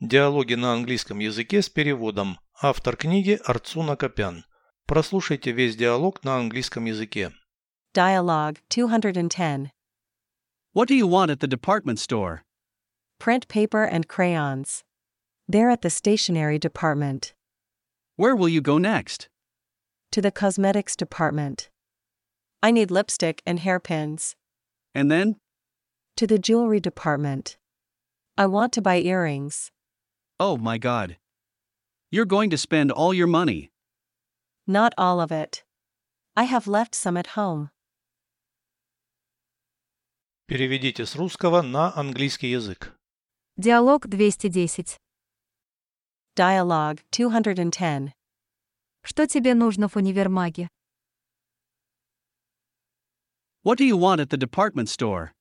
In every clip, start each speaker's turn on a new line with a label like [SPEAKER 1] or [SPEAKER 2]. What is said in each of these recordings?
[SPEAKER 1] Диалоги на английском языке с переводом. Автор книги Арцуна Копян. Прослушайте весь диалог на английском языке.
[SPEAKER 2] Dialogue 210.
[SPEAKER 3] What do you want at the department store?
[SPEAKER 2] Print paper and crayons. They're at the stationery department.
[SPEAKER 3] Where will you go next?
[SPEAKER 2] To the cosmetics department. I need lipstick and hairpins.
[SPEAKER 3] And then,
[SPEAKER 2] To the jewelry department. I want to buy earrings.
[SPEAKER 3] oh my god. You're going to spend all your money.
[SPEAKER 2] Not all of it. I have left some at home.
[SPEAKER 1] Переведите с русского на английский язык.
[SPEAKER 4] Диалог 210.
[SPEAKER 2] Dialogue 210.
[SPEAKER 4] Что тебе нужно в универмаге?
[SPEAKER 3] What do you want at the department store?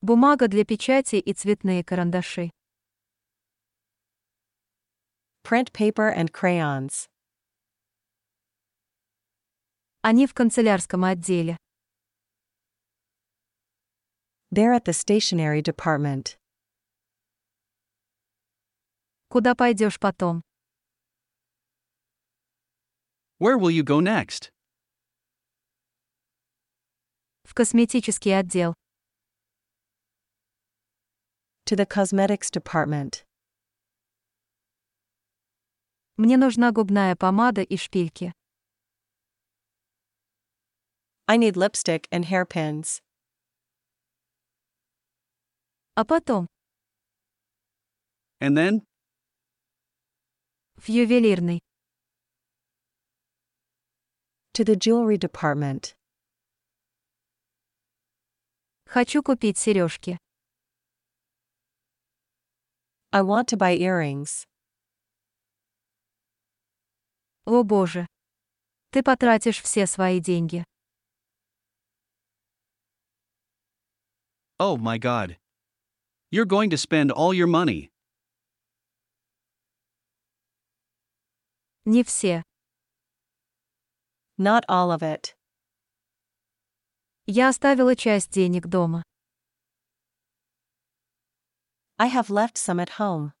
[SPEAKER 4] Бумага для печати и цветные карандаши.
[SPEAKER 2] Print paper and crayons.
[SPEAKER 4] Они в канцелярском отделе.
[SPEAKER 2] They're at the stationery department.
[SPEAKER 4] Куда пойдешь потом?
[SPEAKER 3] Where will you go next?
[SPEAKER 4] В косметический отдел.
[SPEAKER 2] To the cosmetics department.
[SPEAKER 4] Мне нужна губная помада и шпильки.
[SPEAKER 2] I need lipstick and hairpins.
[SPEAKER 4] А потом,
[SPEAKER 3] And then,
[SPEAKER 4] в ювелирный.
[SPEAKER 2] To the jewelry department.
[SPEAKER 4] Хочу купить сережки.
[SPEAKER 2] I want to buy earrings.
[SPEAKER 4] О боже. Ты потратишь все свои деньги.
[SPEAKER 3] oh my god. You're going to spend all your money.
[SPEAKER 4] Не все.
[SPEAKER 2] Not all of it.
[SPEAKER 4] Я оставила часть денег дома.
[SPEAKER 2] I have left some at home.